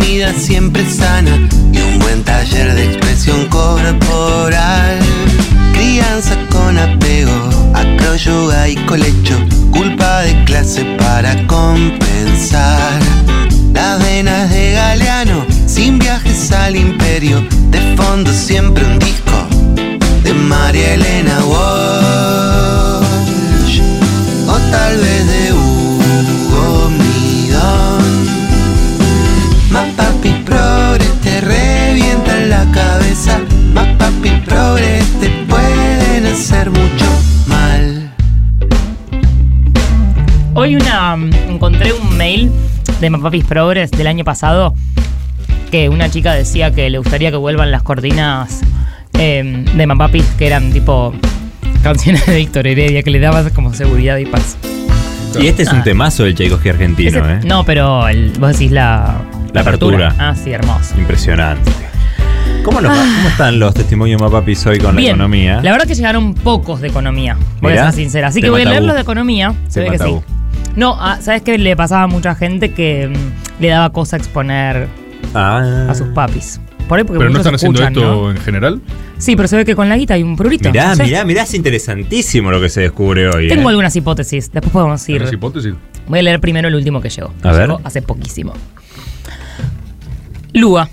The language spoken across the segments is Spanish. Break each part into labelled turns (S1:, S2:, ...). S1: vida siempre sana y un buen taller de expresión corporal. Crianza con apego, acroyoga y colecho, culpa de clase para compensar. Las venas de Galeano, sin viajes al imperio, de fondo siempre un disco de María Elena Walsh, o tal vez de Hugo Midón. Más papi progres te revienta en la cabeza. Más papi progres te pueden hacer mucho mal.
S2: Hoy una mm, encontré un mail de Mapapis Progress del año pasado que una chica decía que le gustaría que vuelvan las cortinas eh, de Mapapis que eran tipo canciones de Víctor Heredia que le daban como seguridad y paz.
S3: Y este es un temazo del Tchaikovsky argentino,
S2: Ah, Ese-
S3: ¿eh?
S2: No, pero el- vos decís la,
S3: La apertura.
S2: Ah, sí, hermoso.
S3: Impresionante. ¿Cómo, nos va- cómo están los testimonios mapapis hoy con
S2: Bien,
S3: la economía?
S2: La verdad que llegaron pocos de economía, voy
S3: Mirá,
S2: a ser sincera. Así que
S3: tema
S2: voy a leer
S3: tabú.
S2: los de economía. se ve
S3: Tema
S2: que sí.
S3: tabú.
S2: No, ah, ¿sabes qué? Le pasaba a mucha gente que mm, le daba cosa exponer
S3: Ah.
S2: a sus papis. Por ahí porque
S4: Mm. Pero no
S2: muchos
S4: están haciendo
S2: escuchan,
S4: esto en general.
S2: ¿no? Sí, pero se ve que con la guita hay un prurito.
S3: Mirá,
S2: no sé.
S3: mirá, mirá, es interesantísimo lo que se descubre hoy.
S2: Tengo
S3: eh.
S2: algunas hipótesis, después podemos ir.
S4: ¿Es hipótesis?
S2: Voy a leer primero el último que llegó.
S3: A ver.
S2: Llegó hace poquísimo. Lua.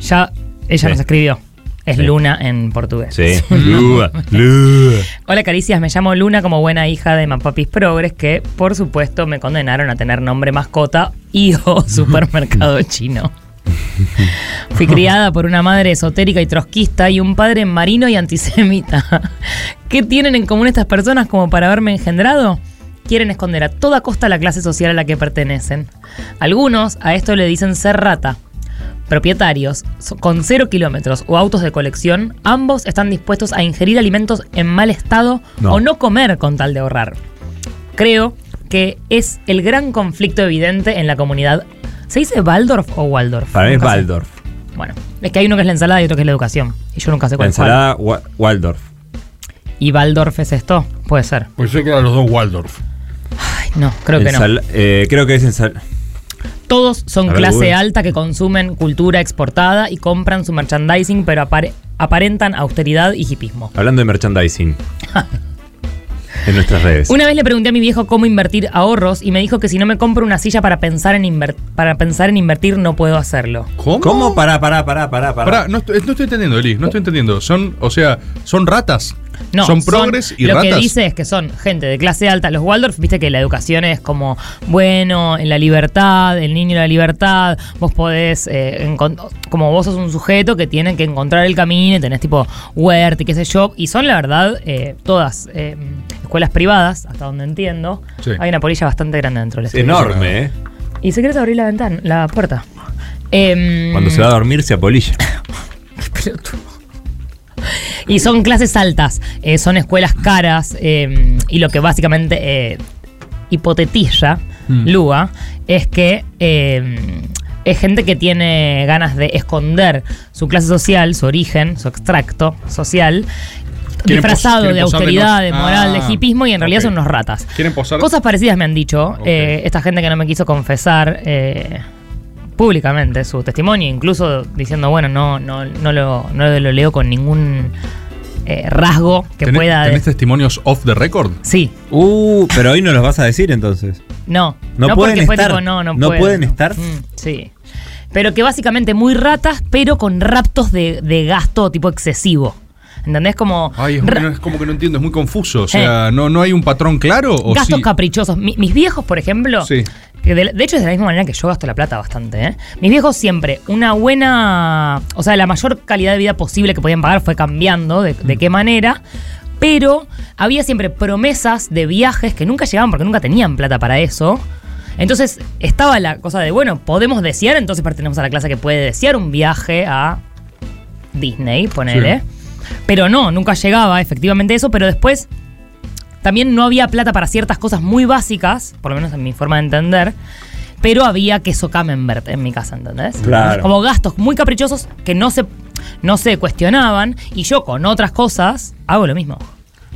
S2: Ya ella
S3: Sí.
S2: nos escribió. Es
S3: Sí.
S2: Luna en portugués.
S3: Sí. Lua, lua.
S2: Hola Caricias, me llamo Luna como buena hija de Mapapis Progres que por supuesto me condenaron a tener nombre mascota y o supermercado chino. Fui criada por una madre esotérica y trotskista y un padre marino y antisemita. ¿Qué tienen en común estas personas como para haberme engendrado? Quieren esconder a toda costa la clase social a la que pertenecen. Algunos a esto le dicen ser rata. Propietarios so- con cero kilómetros o autos de colección, ambos están dispuestos a ingerir alimentos en mal estado
S3: No.
S2: o no comer con tal de ahorrar. Creo que es el gran conflicto evidente en la comunidad. ¿Se dice Waldorf o Waldorf?
S3: Para mí es
S2: Nunca sé.
S3: Waldorf.
S2: Bueno, es que hay uno que es la ensalada y otro que es la educación. Y yo nunca sé
S3: La
S2: cuál es cuál.
S3: ensalada Wa- Waldorf.
S2: ¿Y Waldorf es esto? Puede ser.
S4: Pues yo creo que eran los dos Waldorf.
S2: Ay, no, creo que no.
S3: Ensala- eh, creo que es ensalada.
S2: Todos son
S3: A ver,
S2: clase
S3: Google.
S2: alta que consumen cultura exportada y compran su merchandising, pero apare- aparentan austeridad y hipismo.
S3: Hablando de merchandising. en nuestras redes.
S2: Una vez le pregunté a mi viejo cómo invertir ahorros y me dijo que si no me compro una silla para pensar en, inver- para pensar en invertir no puedo hacerlo.
S4: ¿Cómo?
S3: ¿Cómo? Pará, pará, pará, pará, pará.
S4: Pará, no estoy, no estoy entendiendo, Eli, no estoy entendiendo. Son, o sea, son ratas.
S2: No,
S4: son progres y
S2: lo
S4: ratas.
S2: que dice es que son gente de clase alta. Los Waldorf, viste que la educación es como, bueno, en la libertad, el niño en la libertad, vos podés, eh, encon- como vos sos un sujeto que tiene que encontrar el camino y tenés tipo huerta y qué sé yo. Y son, la verdad, eh, todas eh, escuelas privadas, hasta donde entiendo.
S4: Sí.
S2: Hay una polilla bastante grande dentro del
S3: Es
S2: estudio.
S3: enorme, ¿eh?
S2: Y si querés abrir la ventana, la puerta. Em,
S3: Cuando se va a dormir se apolilla.
S2: pelotudo. Y son clases altas, eh, son escuelas caras eh, y lo que básicamente eh, hipotetiza
S4: Mm.
S2: Lua es que eh, es gente que tiene ganas de esconder su clase social, su origen, su extracto social.
S4: Quieren pos-
S2: Disfrazado
S4: quieren
S2: de
S4: posar de
S2: austeridad, de
S4: cos-
S2: moral,
S4: Ah,
S2: de hipismo y en realidad
S4: ok.
S2: son unos ratas.
S4: Quieren posar.
S2: Cosas parecidas me han dicho
S4: Ok.
S2: eh, esta gente que no me quiso confesar eh, públicamente su testimonio, incluso diciendo, bueno, no, no, no, lo, no lo leo con ningún eh, rasgo que
S4: ¿Tenés,
S2: pueda... de-
S4: tenés este- testimonios off the record?
S2: Sí,
S3: Uh, pero hoy no los vas a decir entonces.
S2: no.
S3: No pueden
S2: porque fue
S3: estar.
S2: tipo, no, no,
S3: No
S2: puedo,
S3: pueden estar.
S2: Mm, sí. Pero que básicamente muy ratas, pero con raptos de, de gasto tipo excesivo. ¿Entendés? Como...
S4: Ay, es,
S2: ra- Eh.
S4: no, es como que no entiendo, es muy confuso. O sea, no, no hay un patrón claro o
S2: gastos
S4: sí?
S2: caprichosos. Mi- mis viejos, por ejemplo,
S4: Sí.
S2: que de, de hecho es de la misma manera que yo gasto la plata bastante, ¿eh? Mis viejos siempre, una buena, o sea, la mayor calidad de vida posible que podían pagar fue cambiando de,
S4: Mm.
S2: de qué manera. Pero había siempre promesas de viajes que nunca llegaban porque nunca tenían plata para eso. Entonces estaba la cosa de, bueno, podemos desear, entonces pertenecemos a la clase que puede desear un viaje a Disney, ponele.
S4: Sí.
S2: Pero no, nunca llegaba efectivamente eso, pero después también no había plata para ciertas cosas muy básicas, por lo menos en mi forma de entender, pero había queso camembert en mi casa, ¿entendés?
S3: Claro.
S2: Como gastos muy caprichosos que no se, no se cuestionaban y yo con otras cosas hago lo mismo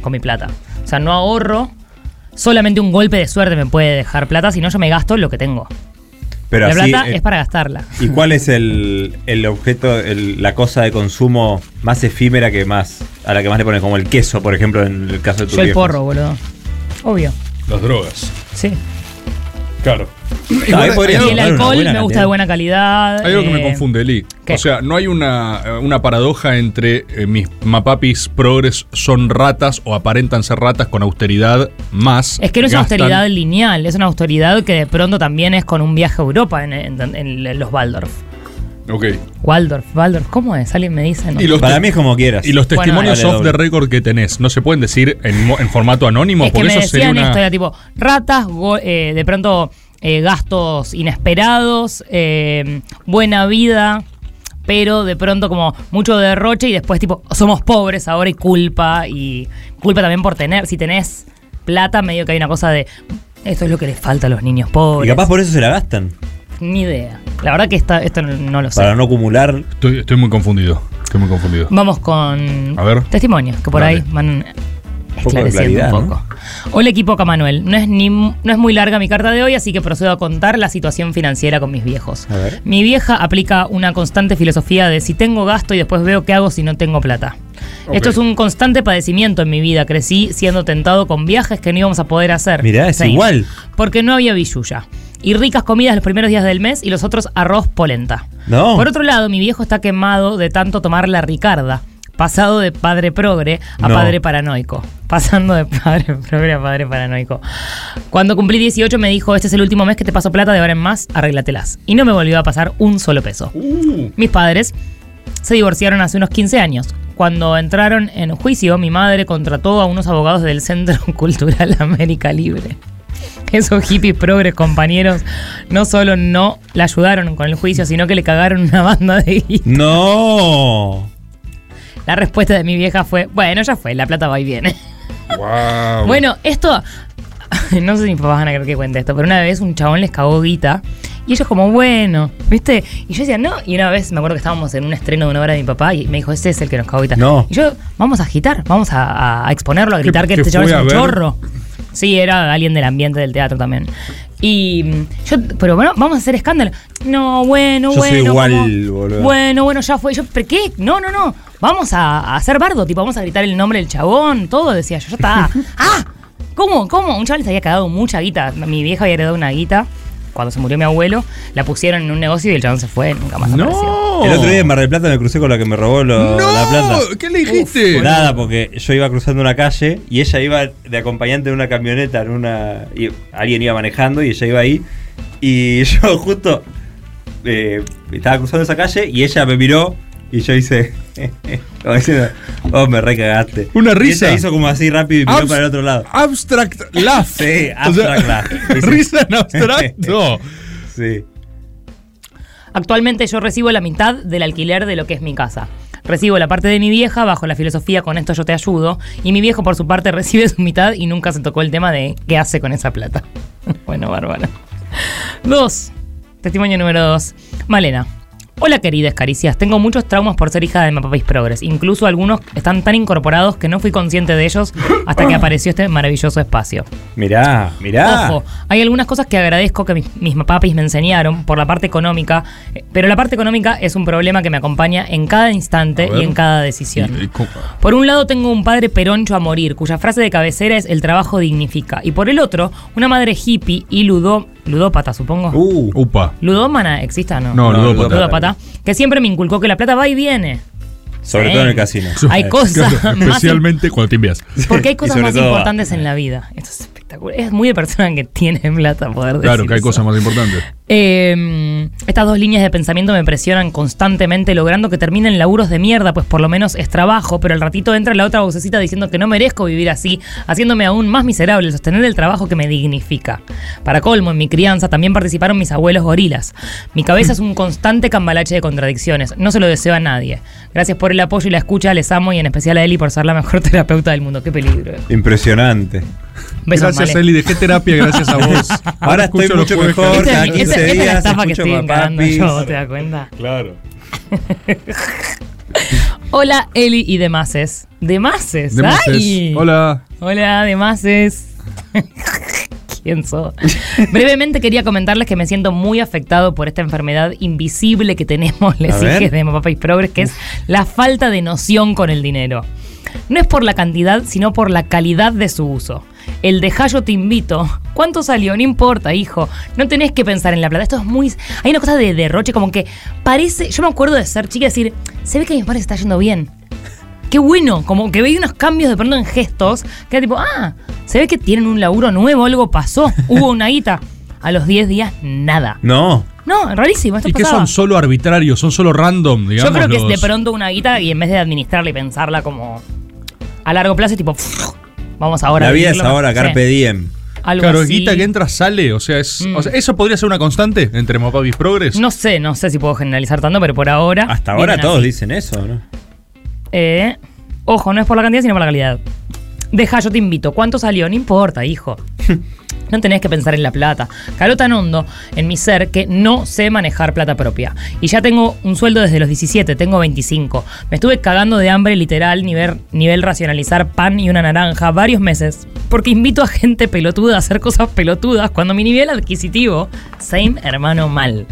S2: con mi plata. O sea, no ahorro, solamente un golpe de suerte me puede dejar plata, si no yo me gasto lo que tengo.
S3: Pero
S2: la
S3: así,
S2: plata
S3: eh,
S2: es para gastarla.
S3: ¿Y cuál es el, el objeto, el- la cosa de consumo más efímera que más, a la que más le pones? Como el queso, por ejemplo, en el caso de tu
S2: Yo el porro, boludo. Obvio.
S4: Las drogas.
S2: Sí.
S4: Claro.
S3: ahí podría
S2: Y el
S3: tomar una
S2: alcohol me gusta
S3: buena cantidad.
S2: de buena calidad.
S4: Hay algo que
S2: eh,
S4: me confunde, Eli.
S2: ¿qué?
S4: O sea, no hay una, eh, una paradoja entre eh, mis mapapis progres son ratas o aparentan ser ratas con austeridad más.
S2: Es que no es una
S4: gastan.
S2: austeridad lineal, es una austeridad que de pronto también es con un viaje a Europa en, en- en- en los Waldorf.
S4: Ok.
S2: Waldorf, Waldorf, ¿cómo es? ¿Alguien me dice? No.
S4: Y los,
S3: Para
S4: te-
S3: mí es como quieras.
S4: y los
S2: Bueno,
S4: testimonios
S3: dale,
S4: off
S3: doble.
S4: the record que tenés, ¿no se pueden decir en, mo- en formato anónimo?
S2: es que
S4: Porque
S2: me
S4: eso sería
S2: decían
S4: una.
S2: esto, era tipo ratas, go- eh, de pronto eh, gastos inesperados, eh, buena vida, pero de pronto como mucho derroche y después tipo somos pobres ahora y culpa y culpa también por tener, si tenés plata medio que hay una cosa de esto es lo que les falta a los niños
S3: Y
S2: pobres.
S3: capaz por eso se la gastan,
S2: Ni idea. La verdad que esta, esto no, no lo sé.
S3: para no acumular.
S4: Estoy, estoy muy confundido. Estoy muy confundido.
S2: Vamos con
S4: A ver.
S2: testimonios que por
S4: Dale.
S2: ahí van
S3: poco de
S2: esclareciendo
S3: claridad,
S2: un poco. Hola equipo Camanuel, no es, ni, no es muy larga mi carta de hoy, así que procedo a contar la situación financiera con mis viejos.
S3: A ver.
S2: Mi vieja aplica una constante filosofía de si tengo gasto y después veo qué hago si no tengo plata.
S4: Ok.
S2: Esto es un constante padecimiento en mi vida. Crecí siendo tentado con viajes que no íbamos a poder hacer.
S3: Mirá, es
S2: Same.
S3: igual.
S2: Porque no había billulla. Y ricas comidas los primeros días del mes y los otros arroz polenta.
S3: No.
S2: Por otro lado, mi viejo está quemado de tanto tomar la Ricarda, pasado de padre progre a
S3: No.
S2: padre paranoico. Pasando de padre progre a padre paranoico. Cuando cumplí 18 me dijo, este es el último mes que te paso plata, de ahora en más, arréglatelas. Y no me volvió a pasar un solo peso.
S4: Uh,
S2: Mis padres se divorciaron hace unos 15 años. Cuando entraron en juicio, mi madre contrató a unos abogados del Centro Cultural América Libre. Esos hippies progres compañeros no solo no la ayudaron con el juicio, sino que le cagaron una banda de guita.
S3: No.
S2: La respuesta de mi vieja fue, bueno, ya fue, la plata va y viene.
S4: wow.
S2: Bueno, esto. No sé si mis papás van a creer que cuente esto, pero una vez un chabón les cagó guita y ellos, como, bueno, ¿viste? Y yo decía, no. Y una vez me acuerdo que estábamos en un estreno de una obra de mi papá y me dijo, ese es el que nos cagó guita.
S3: No.
S2: Y yo, vamos a agitar, vamos a, a exponerlo, a gritar que
S4: que
S2: este chabón es
S4: fue
S2: un
S4: a ver?
S2: chorro. Sí, era alguien del ambiente del teatro también. Y mm, yo, pero bueno, vamos a hacer escándalo. No, bueno,
S3: Yo soy
S2: bueno.
S3: igual,
S2: como-
S3: boludo.
S2: Bueno, bueno, ya fue. Yo, ¿pero qué? No, no, no. Vamos a, a hacer bardo, tipo, vamos a gritar el nombre del chabón, todo, decía yo. Ya está. ¡Ah! ¿Cómo? ¿Cómo? Un chaval les había cagado mucha guita. Mi vieja había heredado una guita. Cuando se murió mi abuelo, la pusieron en un negocio y el chabón se fue, nunca más apareció.
S4: no.
S3: El otro día en Mar del Plata me crucé con la que me robó lo-
S4: Oh. no.
S3: la plata.
S4: ¿Qué le dijiste?
S3: Nada, porque yo iba cruzando una calle y ella iba de acompañante de una camioneta en una. y alguien iba manejando y ella iba ahí. Y yo justo eh, estaba cruzando esa calle y ella me miró y yo hice. como diciendo, oh, me recagaste.
S4: Una
S3: Y
S4: risa.
S3: ella hizo como así rápido y miró
S4: Abs-
S3: para el otro lado.
S4: Abstract laugh.
S3: Sí, abstract laugh. Sí, sí.
S4: Risa en abstracto.
S3: Sí.
S2: Actualmente yo recibo la mitad del alquiler de lo que es mi casa. Recibo la parte de mi vieja bajo la filosofía con esto yo te ayudo y mi viejo por su parte recibe su mitad y nunca se tocó el tema de qué hace con esa plata. bueno, bárbaro. Dos. Testimonio número dos. Malena. Hola queridas caricias, tengo muchos traumas por ser hija de Mapapis Progress. Incluso algunos están tan incorporados que no fui consciente de ellos hasta que apareció este maravilloso espacio.
S3: Mirá,
S4: Ah.
S3: mirá.
S2: Ojo, hay algunas cosas que agradezco que mis, mis papis me enseñaron por la parte económica, eh, pero la parte económica es un problema que me acompaña en cada instante
S4: A ver.
S2: y en cada
S4: Y-
S2: decisión.
S4: y co-
S2: Por un lado tengo un padre peroncho a morir, cuya frase de cabecera es el trabajo dignifica, y por el otro, una madre hippie y ludó, ludópata, supongo.
S3: Uh,
S4: Upa.
S2: ¿Ludómana exista o no?
S4: No,
S3: No,
S4: ludópata.
S2: ludópata, que siempre me inculcó que la plata va y viene.
S3: sobre
S2: Sí.
S3: todo en el casino.
S2: Hay cosas más
S4: Especialmente cuando te envías.
S2: Porque hay
S3: Y
S2: cosas
S3: sobre
S2: más
S3: todo va.
S2: importantes en la vida. Esto es espectacular. Es muy de persona que tiene plata poder decir
S4: Claro que hay
S2: eso.
S4: cosas más importantes.
S2: Eh, estas dos líneas de pensamiento me presionan constantemente, logrando que terminen laburos de mierda, pues por lo menos es trabajo, pero al ratito entra la otra vocecita diciendo que no merezco vivir así, haciéndome aún más miserable, sostener el trabajo que me dignifica. Para colmo, en mi crianza también participaron mis abuelos gorilas. Mi cabeza es un constante cambalache de contradicciones, no se lo deseo a nadie. Gracias por el apoyo y la escucha, les amo y en especial a Eli por ser la mejor terapeuta del mundo. Qué peligro.
S3: Impresionante.
S2: Besos,
S4: gracias,
S2: Male.
S4: Eli. Dejé terapia gracias a vos.
S3: Ahora
S4: escucho
S3: estoy
S4: los
S3: mucho
S4: jueves
S3: mejor.
S2: Esta
S3: cada
S2: Este es, mi- esta-
S3: 15
S2: esta es
S3: días
S2: la estafa que
S3: escucho
S2: estoy
S3: a
S2: encarando
S3: papis.
S2: yo, ¿te das cuenta?
S4: Claro.
S2: Hola Eli y Demases. Demases.
S4: Demases.
S2: ¡Ay!
S4: Hola.
S2: Hola Demases. quién sos. Brevemente quería comentarles que me siento muy afectado por esta enfermedad invisible que tenemos, les
S3: ver.
S2: dije, de Papá y Progres, que es la falta de noción con el dinero. No es por la cantidad, sino por la calidad de su uso. El de Jayo te invito. ¿Cuánto salió? No importa, hijo. No tenés que pensar en la plata. Esto es muy. Hay una cosa de derroche, como que parece. Yo me acuerdo de ser chica y decir, se ve que a mis padres está yendo bien. Qué bueno, como que veía unos cambios de pronto en gestos, que era tipo, ah, se ve que tienen un laburo nuevo, algo pasó, hubo una guita. A los 10 días, nada.
S3: No.
S2: No, rarísimo, esto
S4: ¿Y qué
S2: pasaba.
S4: son solo arbitrarios? ¿Son solo random, digamos?
S2: Yo creo que es
S4: los-
S2: de pronto una guita y en vez de administrarla y pensarla como a largo plazo, es tipo, vamos ahora.
S3: la
S2: a
S3: vida es
S2: vivirlo.
S3: ahora,
S2: Sí,
S3: Carpe Diem.
S2: algo
S4: Claro, es
S2: así. Mm.
S4: guita que entra, sale. O sea, es, o sea, ¿eso podría ser una constante entre Mopapis Progress?
S2: No sé, no sé si puedo generalizar tanto, pero por ahora.
S3: Hasta ahora
S2: vienen
S3: todos
S2: así.
S3: dicen eso, ¿no?
S2: Eh, ojo, no es por la cantidad, sino por la calidad. Deja, yo te invito. ¿Cuánto salió? No importa, hijo. No tenés que pensar en la plata. Caló tan hondo en mi ser que no sé manejar plata propia. Y ya tengo un sueldo desde los 17, tengo 25. Me estuve cagando de hambre literal, nivel, nivel racionalizar pan y una naranja varios meses. Porque invito a gente pelotuda a hacer cosas pelotudas cuando mi nivel adquisitivo, same hermano mal,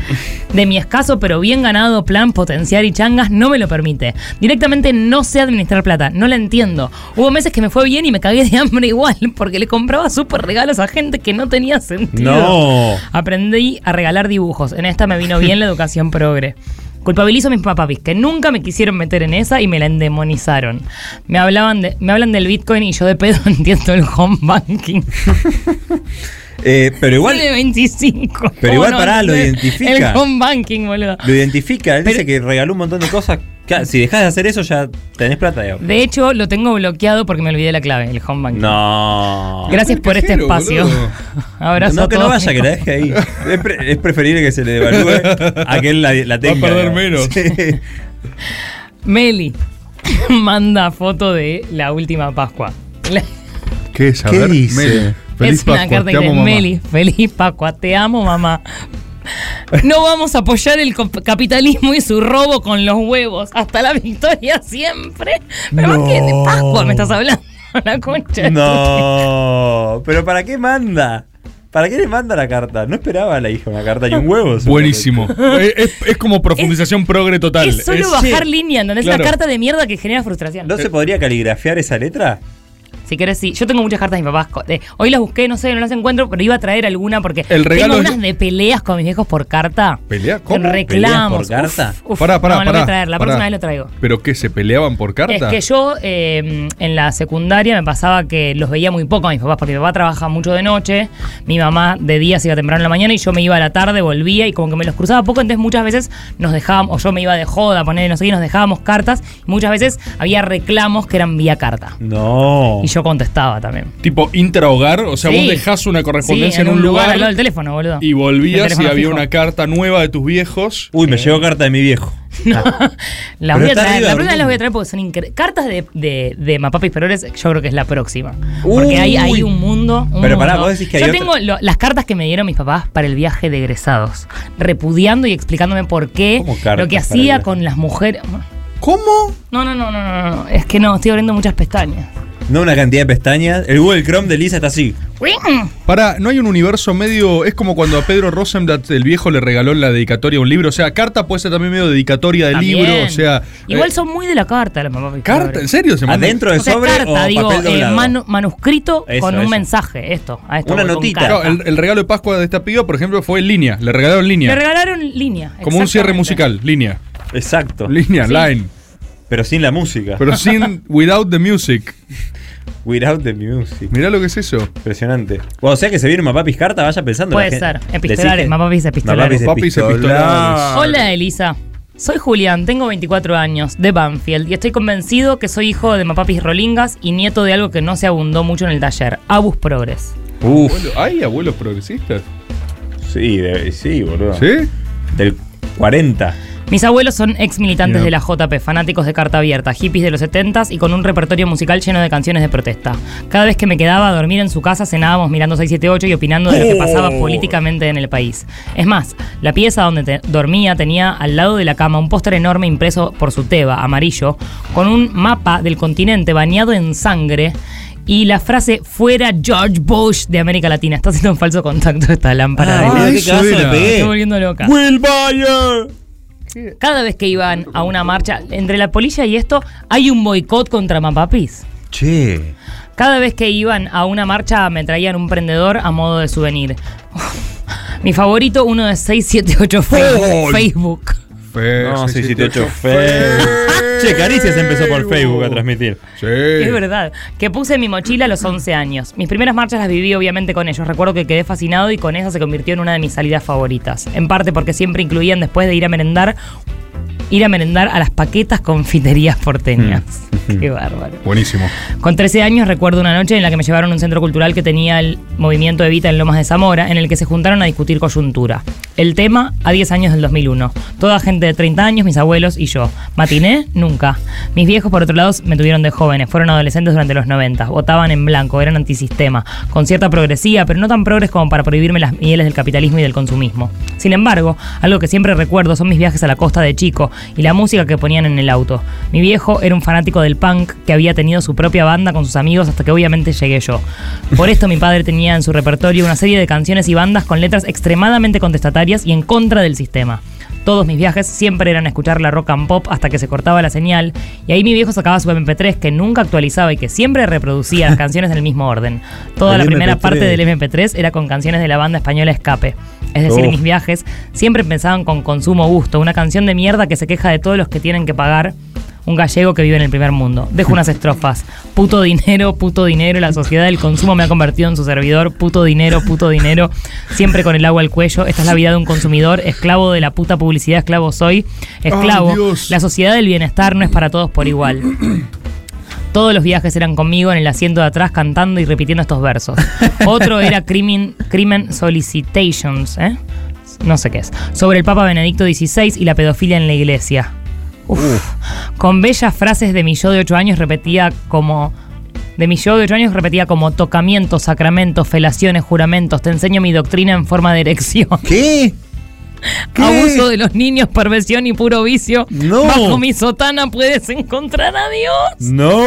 S2: de mi escaso pero bien ganado plan potenciar y changas no me lo permite. Directamente no sé administrar plata, no la entiendo. Hubo meses que me fue bien y me cagué de hambre igual porque le compraba súper regalos a gente que no tenía sentido.
S3: No.
S2: Aprendí a regalar dibujos. En esta me vino bien la educación progre. Culpabilizo a mis papapis, que nunca me quisieron meter en esa y me la endemonizaron. Me, hablaban de, me hablan del Bitcoin y yo de pedo entiendo el home banking.
S3: Eh, pero igual
S2: Soy de 25.
S3: Pero
S2: ¿Cómo
S3: igual, pará, lo
S2: El-
S3: identifica.
S2: El home banking, boludo.
S3: lo identifica. Él
S2: Pero-
S3: dice que regaló un montón de cosas. Claro, si dejas de hacer eso, ya tenés plata, digamos.
S2: De hecho, lo tengo bloqueado porque me olvidé la clave, el home banking.
S3: No.
S2: Gracias por este
S4: Cajero,
S2: espacio.
S4: boludo.
S2: Abrazo a
S3: no, que no
S2: todos,
S3: vaya, que
S2: mijo.
S3: la deje ahí. Es, pre- es preferible que se le devalúe a que él la, la tenga.
S4: perder
S3: digamos.
S4: menos.
S3: Sí.
S2: Meli manda foto de la última Pascua. La-
S4: ¿Qué es? A
S3: ¿Qué
S4: ver,
S3: dice?
S4: Meli,
S2: es una
S4: Pascua,
S2: carta
S4: te
S2: que
S4: amo,
S2: dice,
S4: mamá.
S2: Meli, feliz Pascua, te amo mamá. No vamos a apoyar el comp- capitalismo y su robo con los huevos. Hasta la victoria siempre. Pero más que de Pascua me estás hablando. La concha. de tu-
S3: No. Pero ¿para qué manda? ¿Para qué le manda la carta? No esperaba a la hija una carta ni un huevo.
S4: Buenísimo. es, es- es como profundización progre total.
S2: Es solo
S4: Es-
S2: bajar
S4: sí.
S2: línea, ¿entendés? Es
S4: Claro.
S2: una carta de mierda que genera frustración.
S3: ¿No se podría caligrafiar esa letra?
S2: Si querés, sí. Yo tengo muchas cartas de mis papás. co- de- hoy las busqué, no sé, no las encuentro, pero iba a traer alguna porque
S4: El regalo
S2: tengo
S4: es-
S2: unas de peleas con mis viejos por carta.
S4: ¿Pelea?
S2: Con
S4: ¿Cómo?
S2: reclamos.
S3: ¿Peleas por carta?
S2: Uf, uf.
S4: Pará, pará,
S2: no, no voy
S4: pará,
S2: a traer. La
S4: pará.
S2: próxima vez lo traigo.
S4: ¿Pero qué? ¿Se peleaban por carta?
S2: Es que yo eh, en la secundaria me pasaba que los veía muy poco a mis papás, porque mi papá trabaja mucho de noche, mi mamá de día se iba temprano en la mañana y yo me iba a la tarde, volvía y como que me los cruzaba poco, entonces muchas veces nos dejábamos, o yo me iba de joda, poner no sé qué, nos dejábamos cartas y muchas veces había reclamos que eran vía carta.
S3: No.
S2: Y yo contestaba también.
S4: Tipo intrahogar, o sea,
S2: Sí.
S4: vos dejás una correspondencia
S2: Sí,
S4: en, un lugar,
S2: al lado del teléfono, boludo.
S4: y
S2: Del
S4: volvías y
S2: teléfono
S4: había
S2: fijo.
S4: una carta nueva de tus viejos.
S3: Uy, me llegó carta de mi viejo.
S2: Las
S3: Pero
S2: voy a
S3: está
S2: traer,
S3: arriba,
S2: la próxima
S3: boludo.
S2: las voy a traer porque son increíbles. Cartas de, de, de Mapapis Perores, yo creo que es la próxima. Porque hay, hay un mundo. un
S3: Pero pará,
S2: mundo.
S3: vos decís que hay
S2: Yo
S3: otra-
S2: tengo lo- las cartas que me dieron mis papás para el viaje de egresados, repudiando y explicándome por qué
S3: ¿Cómo cartas
S2: lo que
S3: para
S2: hacía
S3: el-
S2: con las mujeres.
S4: ¿Cómo?
S2: No, no, no, no, no, no, es que no, estoy abriendo muchas pestañas.
S3: No una cantidad de pestañas. El Google Chrome de Lisa está así.
S4: Para, no hay un universo medio. Es como cuando a Pedro Rosenblatt el viejo le regaló en la dedicatoria un libro. O sea, carta puede ser también medio dedicatoria de
S2: También.
S4: libro. O sea.
S2: Igual
S4: eh,
S2: son muy de la carta las Mapapis
S4: ¿Carta? ¿En
S2: Perores.
S4: serio? ¿Se mandó?
S3: Adentro de
S2: O sea,
S3: sobre
S2: carta,
S3: o papel
S2: digo, eh,
S3: doblado.
S2: manu- manuscrito
S3: Eso,
S2: con un
S3: eso.
S2: mensaje. Esto, a esto
S3: Una
S2: voy con
S3: notita.
S2: carta.
S4: Claro, el, el regalo de Pascua de esta piba, por ejemplo, fue en línea. Le regalaron
S2: Me
S4: línea.
S2: regalaron línea.
S4: como un cierre
S2: exactamente.
S4: musical. Línea.
S3: Exacto.
S4: Línea, line.
S3: Pero sin la música.
S4: Pero sin Without the Music.
S3: Without the music.
S4: Mirá lo que es eso.
S3: Impresionante. O sea que se viene Mapapis Carta, vaya pensando.
S2: Puede
S3: la gente.
S2: ser. Epistolares,
S3: Decís que-
S2: Mapapis epistolares.
S4: Mapapis epistolares.
S2: Hola Elisa, soy Julián, tengo 24 años, de Banfield, y estoy convencido que soy hijo de Mapapis Rolingas y nieto de algo que no se abundó mucho en el taller, Abus Progress.
S3: Uf,
S4: Abuelo- ¿Hay abuelos progresistas?
S3: sí, de- sí, boludo.
S4: ¿Sí?
S3: Del 40.
S2: Mis abuelos son ex militantes
S4: Mira.
S2: de la JP, fanáticos de carta abierta, hippies de los 70s y con un repertorio musical lleno de canciones de protesta. Cada vez que me quedaba a dormir en su casa cenábamos mirando 678 y opinando de lo que pasaba
S4: Oh.
S2: políticamente en el país. Es más, la pieza donde te- dormía tenía al lado de la cama un póster enorme impreso por su teba, amarillo, con un mapa del continente bañado en sangre Y la frase fuera George Bush de América Latina. Está haciendo un falso contacto esta lámpara.
S4: Ah,
S2: de-
S4: Ay,
S2: Me
S4: qué
S3: eso
S4: cagazo le
S3: era.
S4: pegué.
S2: estoy volviendo loca.
S4: Will Bayer.
S2: Cada vez que iban a una marcha, entre la polilla y esto, hay un boicot contra Mapapis.
S4: Eh,
S1: Che.
S2: Cada vez que iban a una marcha me traían un prendedor a modo de souvenir. Mi favorito, uno de 678 Facebook.
S4: ¡Ay!
S2: Facebook.
S3: No, 678 Facebook. Che, Caricias empezó por Facebook a transmitir.
S4: Sí.
S2: Es verdad. Que puse en mi mochila a los 11 años. Mis primeras marchas las viví obviamente con ellos. Recuerdo que quedé fascinado y con esa se convirtió en una de mis salidas favoritas. En parte porque siempre incluían después de ir a merendar, ir a merendar a las paquetas confiterías porteñas. Qué bárbaro.
S4: Buenísimo.
S2: Con 13 años recuerdo una noche en la que me llevaron a un centro cultural que tenía el movimiento Evita en Lomas de Zamora, en el que se juntaron a discutir coyuntura. El tema, a 10 años del 2001. Toda gente de 30 años, mis abuelos y yo. Matiné, nunca. Mis viejos, por otro lado, me tuvieron de jóvenes. Fueron adolescentes durante los 90. Votaban en blanco, eran antisistema. Con cierta progresía, pero no tan progres como para prohibirme las mieles del capitalismo y del consumismo. Sin embargo, algo que siempre recuerdo son mis viajes a la costa de chico y la música que ponían en el auto. Mi viejo era un fanático del punk que había tenido su propia banda con sus amigos hasta que obviamente llegué yo. Por esto mi padre tenía en su repertorio una serie de canciones y bandas con letras extremadamente contestatarias y en contra del sistema. Todos mis viajes siempre eran a escuchar la rock and pop hasta que se cortaba la señal y ahí mi viejo sacaba su MP3 que nunca actualizaba y que siempre reproducía las canciones en el mismo orden. Toda
S3: El
S2: la primera
S3: MP3.
S2: parte del MP3 era con canciones de la banda española Escape. Es decir,
S3: Uf.
S2: mis viajes siempre empezaban con consumo gusto, una canción de mierda que se queja de todos los que tienen que pagar. Un gallego que vive en el primer mundo. Dejo unas estrofas. Puto dinero, puto dinero. La sociedad del consumo me ha convertido en su servidor. Puto dinero, puto dinero. Siempre con el agua al cuello. Esta es la vida de un consumidor. Esclavo de la puta publicidad. Esclavo soy. Esclavo.
S4: Ay, Dios.
S2: la sociedad del bienestar no es para todos por igual. Todos los viajes eran conmigo en el asiento de atrás cantando y repitiendo estos versos. Otro era Crimen, crimen Solicitations, ¿eh? No sé qué es. Sobre el Papa Benedicto XVI y la pedofilia en la iglesia. Uf. Con bellas frases de mi yo de 8 años repetía como... De mi yo de 8 años repetía como tocamientos, sacramentos, felaciones, juramentos. Te enseño mi doctrina en forma de erección.
S1: ¿Qué? ¿Qué?
S2: Abuso de los niños, perversión y puro vicio.
S1: No.
S2: Bajo mi sotana puedes encontrar a Dios.
S3: No.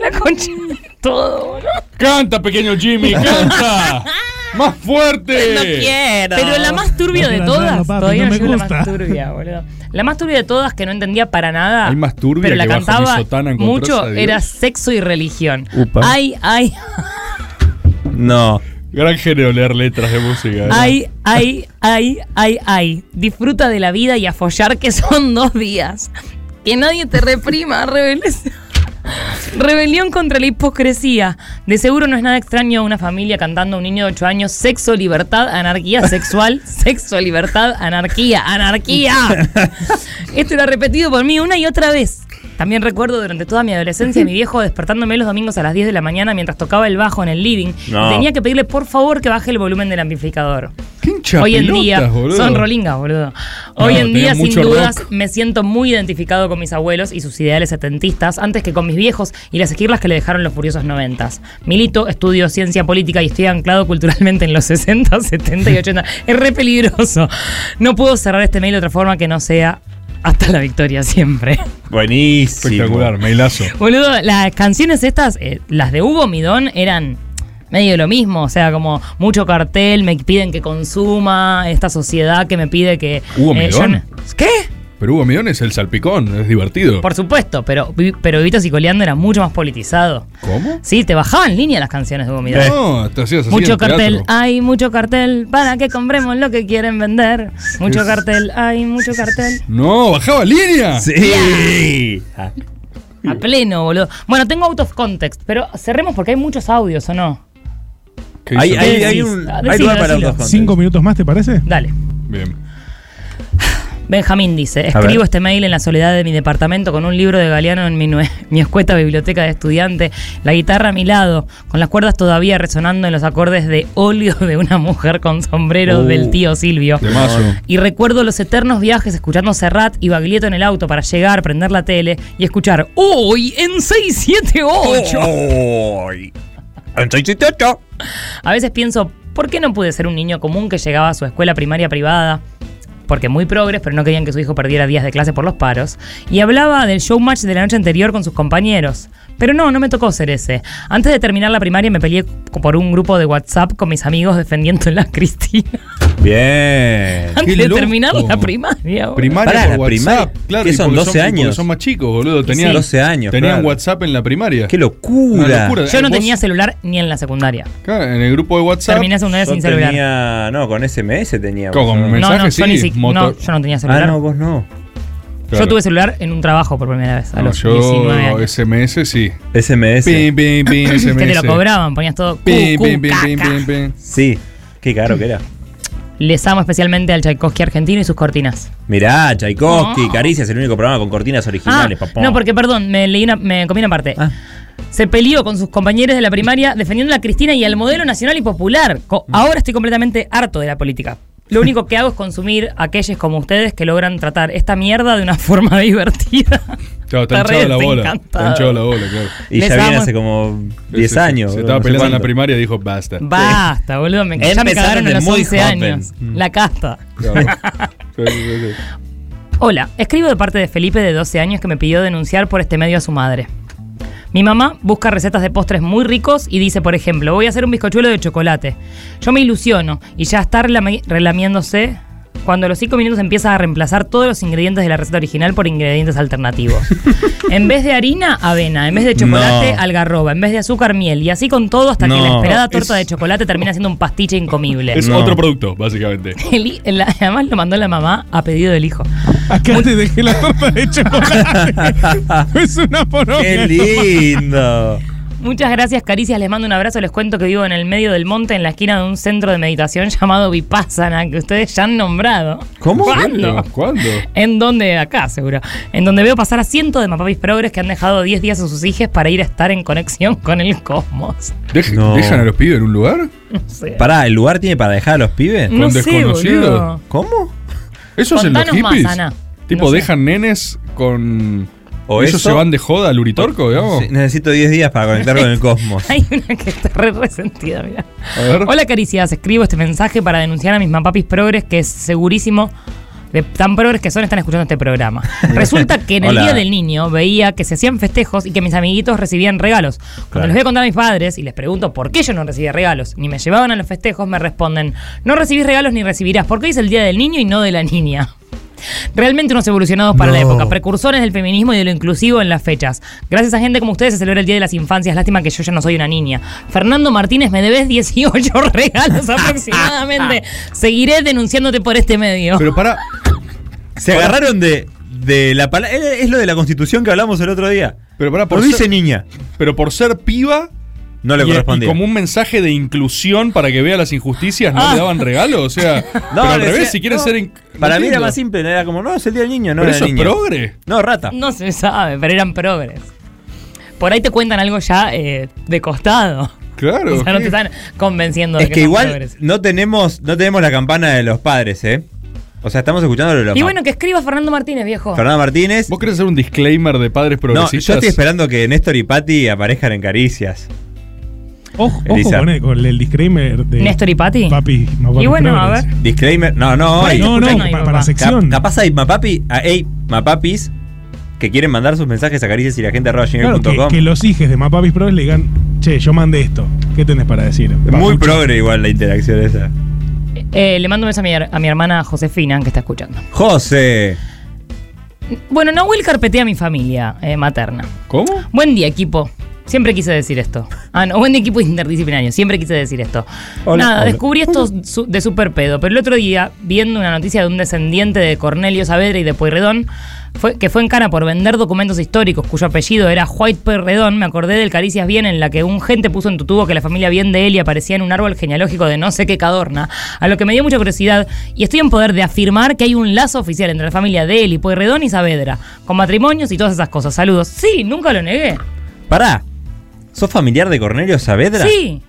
S2: La concha de todo, boludo.
S4: Canta, pequeño Jimmy, canta. Más fuerte.
S2: No quiero. Pero la más turbia de
S5: No,
S2: todas.
S5: no, papi,
S2: todavía
S5: no
S2: no
S5: me
S2: llegó la
S5: gusta.
S2: más turbia, boludo. La más turbia de todas que no entendía para nada.
S4: Hay más turbia
S2: pero la
S4: que bajo mi
S2: cantaba
S4: sotana encontrás
S2: mucho
S4: a Dios.
S2: era sexo y religión.
S3: Upa.
S2: Ay, ay,
S3: No.
S4: Gran género leer letras de música. ¿eh? ¿no?
S2: ay, ay, ay, ay, ay. Disfruta de la vida y a follar que son dos días. Que nadie te reprima, rebeles. Rebelión contra la hipocresía. De seguro no es nada extraño una familia cantando a un niño de 8 años sexo, libertad, anarquía sexual, sexo, libertad, anarquía, anarquía. Esto era repetido por mí una y otra vez. También recuerdo durante toda mi adolescencia a mi viejo despertándome los domingos a las 10 de la mañana mientras tocaba el bajo en el living.
S3: No.
S2: Y tenía que pedirle por favor que baje el volumen del amplificador.
S4: Qué hincha
S2: Hoy en
S4: pelotas,
S2: día
S4: boludo.
S2: son rolingas, boludo. Hoy en
S4: tenía
S2: día, sin
S4: mucho
S2: dudas,
S4: rock.
S2: me siento muy identificado con mis abuelos y sus ideales setentistas antes que con mis viejos y las esquirlas que le dejaron los furiosos noventas. Milito, estudio ciencia política y estoy anclado culturalmente en los 60, 70 y 80. Es re peligroso. No puedo cerrar este mail de otra forma que no sea hasta la victoria siempre.
S3: Buenísimo.
S4: Espectacular, mailazo.
S2: Boludo, las canciones estas, eh, las de Hugo Midón, eran medio lo mismo. O sea, como mucho cartel, me piden que consuma, esta sociedad que me pide que. eh,
S4: ¿Hugo
S2: yo
S4: Midón?
S2: no- ¿Qué?
S4: Pero Hugo Midón es el salpicón, es divertido.
S2: Por supuesto, pero, pero Vitos y Coleando era mucho más politizado.
S4: ¿Cómo?
S2: Sí, te bajaban línea las canciones de Hugo Midón.
S4: No, te hacías así
S2: Mucho
S4: Eh, en
S2: cartel,
S4: teatro.
S2: hay mucho cartel, para que compremos lo que quieren vender. Mucho
S4: Es-
S2: cartel, hay mucho cartel.
S4: No, bajaba línea.
S3: Sí. Ah,
S2: A pleno, boludo. Bueno, tengo out of context, pero cerremos porque hay muchos audios, ¿o no?
S4: ¿Qué
S3: Hay,
S4: hizo?
S3: hay, hay un, hay
S2: Decilo,
S3: lugar para
S2: decilo.
S3: dos contes.
S5: ¿Cinco minutos más, te parece?
S2: Dale.
S4: Bien.
S2: Benjamín dice,
S3: A
S2: escribo
S3: ver.
S2: este mail en la soledad de mi departamento con un libro de Galeano en mi, nue- mi escueta biblioteca de estudiante, la guitarra a mi lado, con las cuerdas todavía resonando en los acordes de óleo de una mujer con sombrero
S3: Uh.
S2: del tío Silvio.
S4: De mazo.
S2: Y recuerdo los eternos viajes escuchando Serrat y Baglietto en el auto para llegar, prender la tele y escuchar Hoy en
S3: Oh.
S2: 678.
S3: Ay. En 678.
S2: A veces pienso, ¿por qué no pude ser un niño común que llegaba a su escuela primaria privada? Porque muy progres, pero no querían que su hijo perdiera días de clase por los paros. Y hablaba del showmatch de la noche anterior con sus compañeros. Pero no, no me tocó ser ese. Antes de terminar la primaria me peleé co- por un grupo de WhatsApp con mis amigos defendiendo la Cristina.
S3: Bien.
S2: Antes
S4: Qué
S2: de terminar
S4: loco.
S2: la primaria. boludo.
S4: Primaria
S3: Ah, Pará,
S4: por
S3: la
S4: WhatsApp,
S3: primaria.
S4: claro.
S3: ¿Qué
S4: y
S3: son,
S4: porque
S3: 12 años?
S4: porque son más chicos, boludo. Tenían,
S2: Sí.
S3: 12 años,
S4: Tenían
S3: claro.
S4: WhatsApp en la primaria.
S3: ¡Qué locura!
S4: Una locura.
S2: Yo no
S4: Vos-
S2: tenía celular ni en la secundaria.
S4: Claro, en el grupo de WhatsApp.
S2: Terminé secundaria
S3: Yo
S2: sin celular.
S3: tenía, no, con SMS tenía.
S4: Con-
S3: vos,
S4: con
S3: ¿no?
S4: mensaje,
S2: no, no,
S4: sí,
S2: yo ni si-
S4: moto-
S2: no, yo no tenía
S3: Ah,
S2: celular.
S3: no, vos no.
S4: claro.
S2: Yo tuve celular en un trabajo por primera vez, a
S4: No,
S2: los
S4: yo
S2: 19 años.
S4: SMS sí.
S3: SMS.
S4: Pim, pim, pim, SMS.
S2: Que Este te lo cobraban, ponías todo. cu,
S4: Pim,
S2: cu,
S4: pim, pim,
S2: ca,
S4: pim,
S2: ca.
S4: pim, pim.
S3: Sí, qué caro que era.
S2: Les amo especialmente al Tchaikovsky argentino y sus cortinas.
S3: Mirá, Tchaikovsky,
S2: No.
S3: Caricias, el único programa con cortinas
S2: Ah,
S3: originales, papá.
S2: no, porque perdón, me leí una, me comí una parte.
S3: Ah.
S2: Se peleó con sus compañeros de la primaria defendiendo a la Cristina y al modelo nacional y popular. Co-
S4: Mm.
S2: Ahora estoy completamente harto de la política. Lo único que hago es consumir a aquellos como ustedes que logran tratar esta mierda de una forma divertida.
S4: Claro, está
S2: Está
S4: hinchado la
S2: re
S4: bola.
S2: desencantado.
S4: Está hinchado la bola, claro.
S3: Y
S2: Les
S3: ya viene
S2: amo.
S3: hace como
S4: Sí,
S3: 10
S4: sí, sí.
S3: años.
S4: Se
S3: boludo,
S4: estaba
S3: no sé
S4: peleando en la
S3: cuánto.
S4: primaria y dijo basta.
S2: Basta, boludo. Me, ya me
S3: Empezaron
S2: cagaron a
S3: desde
S2: los
S3: muy
S2: 11 años.
S4: Mm.
S3: jóvenes.
S2: La casta.
S4: Claro. Sí, sí, sí.
S2: Hola, escribo de parte de Felipe de 12 años que me pidió denunciar por este medio a su madre. Mi mamá busca recetas de postres muy ricos y dice, por ejemplo, voy a hacer un bizcochuelo de chocolate. Yo me ilusiono y ya está relami- relamiéndose cuando a los 5 minutos empieza a reemplazar todos los ingredientes de la receta original por ingredientes alternativos. en vez de harina, avena. En vez de chocolate,
S3: No.
S2: algarroba. En vez de azúcar, miel. Y así con todo hasta que la
S3: No.
S2: esperada
S4: Es-
S2: torta de chocolate termina siendo un pastiche incomible.
S4: Es
S3: No.
S4: otro producto, básicamente.
S2: El hi- el- además lo mandó la mamá a pedido del hijo.
S3: Ah,
S6: Acá te dejé la torta de chocolate. es una poronga.
S3: ¡Qué lindo!
S2: Muchas gracias, Caricias. Les mando un abrazo. Les cuento que vivo en el medio del monte, en la esquina de un centro de meditación llamado Vipassana, que ustedes ya han nombrado.
S3: ¿Cómo?
S2: ¿Cuándo?
S4: ¿Cuándo?
S2: En donde, acá seguro, en donde veo pasar a cientos de mapapis progres que han dejado 10 días a sus hijas para ir a estar en conexión con el cosmos.
S4: Dej-
S3: No.
S4: ¿Dejan a los pibes en un lugar?
S2: No sé.
S3: Pará, ¿el lugar tiene para dejar a los pibes?
S2: no
S4: desconocido?
S2: boludo.
S3: ¿Cómo?
S4: ¿Eso es en los
S2: Contanos más,
S4: hippies?
S2: Ana.
S4: Tipo,
S2: No sé.
S4: dejan nenes con.
S3: ¿O
S4: ¿Ellos
S3: eso?
S4: se van de joda al Uritorco, digamos?
S3: Sí, necesito 10 días para conectar con el cosmos.
S2: Hay una que está re resentida, mira.
S4: A ver.
S2: Hola Caricias, escribo este mensaje para denunciar a mis mapapis progres que es segurísimo de tan progres que son están escuchando este programa. Resulta que en el
S3: Hola.
S2: Día del Niño veía que se hacían festejos y que mis amiguitos recibían regalos. Cuando
S3: Claro.
S2: les voy a contar a mis padres y les pregunto por qué yo no recibía regalos ni me llevaban a los festejos, me responden, no recibís regalos ni recibirás, porque hoy es el Día del Niño y no de la Niña. Realmente unos evolucionados para la
S3: No.
S2: época, precursores del feminismo y de lo inclusivo en las fechas. Gracias a gente como ustedes se celebra el Día de las Infancias. Lástima que yo ya no soy una niña. Fernando Martínez, me debes 18 regalos aproximadamente. Seguiré denunciándote por este medio.
S4: Pero para.
S3: Se agarraron de, de la palabra. Es lo de la constitución que hablamos el otro día.
S4: Pero pará,
S3: Por
S4: Ah, por,
S3: dice
S4: ser,
S3: niña.
S4: pero por ser piba.
S3: No le
S4: y, y
S3: correspondía.
S4: como un mensaje de inclusión para que vea las injusticias, no
S2: Ah.
S4: le daban regalo. O sea, pero al
S3: le
S4: revés,
S3: decía-
S4: si quieren
S3: no,
S4: ser. in- no
S3: Para mí era
S4: entiendo.
S3: más simple, era como, no, es el día del niño, no
S4: Pero
S3: era
S4: eso es
S3: niño.
S4: progre.
S3: No, rata.
S2: No se sabe, pero eran progres. Por ahí te cuentan algo ya eh, de costado.
S4: Claro.
S2: O sea, no
S4: ¿qué?
S2: te están convenciendo de
S3: Es
S2: que,
S3: que
S2: son
S3: igual
S2: progres.
S3: no tenemos, no tenemos la campana de los padres, ¿eh? O sea, estamos escuchando lo de los
S2: Y
S3: ma-
S2: bueno, que escriba Fernando Martínez, viejo.
S3: Fernanda Martínez.
S4: ¿Vos querés hacer un disclaimer de padres
S3: No,
S4: progresistas?
S3: yo estoy esperando que Néstor y Patti aparezcan en Caricias.
S6: Ojo, ojo
S3: Elisa.
S6: con, el, con el disclaimer de.
S2: Néstor y Pati.
S6: Papi,
S2: Y bueno, a ver.
S3: Disclaimer. No, no,
S2: Ay,
S3: hoy.
S6: No, no,
S2: Escuchá,
S6: pa-
S2: no hay
S6: para,
S2: papá.
S6: la sección.
S3: Cap- capaz hay mapapi, ah, hey, mapapis que quieren mandar sus mensajes a caricias y la gente arroba
S6: Claro, que,
S3: gmail.com.
S6: que los hijos de Mapapis Pro le digan, che, yo mandé esto. ¿Qué tenés para decir?
S3: Muy
S6: Papucho.
S3: progre igual la interacción esa.
S2: Eh, le mando un beso a mi, a mi hermana Josefina, que está escuchando.
S3: José.
S2: Bueno, Nahuel carpetea a mi familia eh, materna.
S4: ¿Cómo?
S2: Buen día, equipo. Siempre quise decir esto. Ah, no, buen día, equipo interdisciplinario. Siempre quise decir esto.
S3: Hola,
S2: Nada,
S3: hola.
S2: descubrí esto su- de super pedo, pero el otro día, viendo una noticia de un descendiente de Cornelio Saavedra y de Pueyrredón, fue, que fue en cana por vender documentos históricos cuyo apellido era White Pueyrredón, me acordé del Caricias Bien en la que un gente puso en tu tubo que la familia Bien de él y aparecía en un árbol genealógico de no sé qué cadorna, a lo que me dio mucha curiosidad y estoy en poder de afirmar que hay un lazo oficial entre la familia de él y Pueyrredón y Saavedra, con matrimonios y todas esas cosas. Saludos. Sí, nunca lo negué.
S3: Pará. ¿Sos familiar de Cornelio Saavedra?
S2: Sí.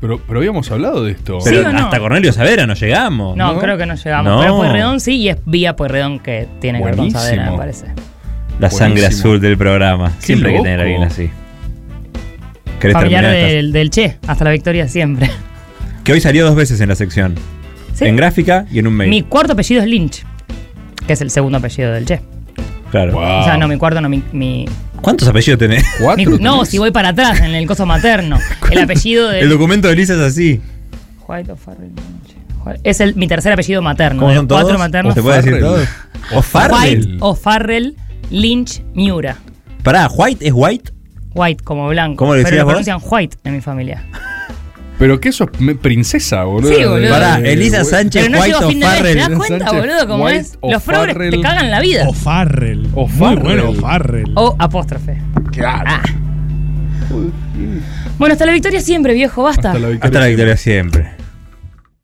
S4: Pero, pero habíamos hablado de esto.
S3: Pero
S2: ¿Sí o no?
S3: hasta Cornelio Saavedra no llegamos.
S2: No,
S4: ¿No?
S2: creo que no llegamos.
S3: No.
S2: Pero Pueyrredón sí, y es vía Pueyrredón que tiene que ver con
S4: Buenísimo.
S2: Saavedra, me parece.
S3: La sangre
S4: Buenísimo.
S3: azul del programa.
S4: Qué
S3: Siempre hay que
S4: loco.
S3: tener a alguien así. ¿Querés
S2: Familiar
S3: terminar esta-
S2: del, del Che, hasta la victoria siempre.
S3: Que hoy salió dos veces en la sección.
S2: Sí.
S3: En gráfica y en un mail.
S2: Mi cuarto apellido es Lynch, que es el segundo apellido del Che.
S3: Claro.
S4: Wow.
S3: Ah.
S2: O sea, no, mi cuarto no, mi, mi
S3: ¿Cuántos apellidos tenés?
S2: Mi-
S4: ¿Cuatro?
S2: no,
S4: tenés?
S2: si voy para atrás, en el coso materno. El apellido
S3: El
S2: de.
S3: documento de Lisa es así.
S2: White o Farrell, White- Es el, mi tercer apellido materno.
S3: ¿Cómo
S2: de
S3: son todos?
S2: cuatro maternos.
S3: ¿Te puedo decir
S4: Farrell.
S3: todos? O
S2: White
S3: Farrell.
S2: o Farrell Lynch Miura.
S3: Pará, White es White.
S2: White, como blanco.
S3: ¿Cómo le
S2: pero
S3: decías
S2: lo
S3: vos?
S2: pronuncian White en mi familia.
S4: Pero que eso es me- princesa, boludo.
S2: Sí, boludo.
S3: Pará,
S4: Eh,
S3: Elisa
S4: güey.
S3: Sánchez,
S2: Pero no
S3: White
S2: llego a
S3: o
S2: fin de mes, ¿te das
S3: Farrell.
S2: cuenta,
S4: Sánchez,
S2: boludo? Como
S4: White
S2: es.
S4: o
S2: Los progres te
S4: Farrell.
S2: cagan la vida.
S6: O Farrell.
S4: O
S6: Muy bueno,
S4: Farrell.
S6: Farrell.
S2: O apóstrofe.
S4: Claro.
S2: Ah. Bueno, hasta la victoria siempre, viejo, basta.
S4: Hasta la victoria.
S3: Hasta la victoria siempre.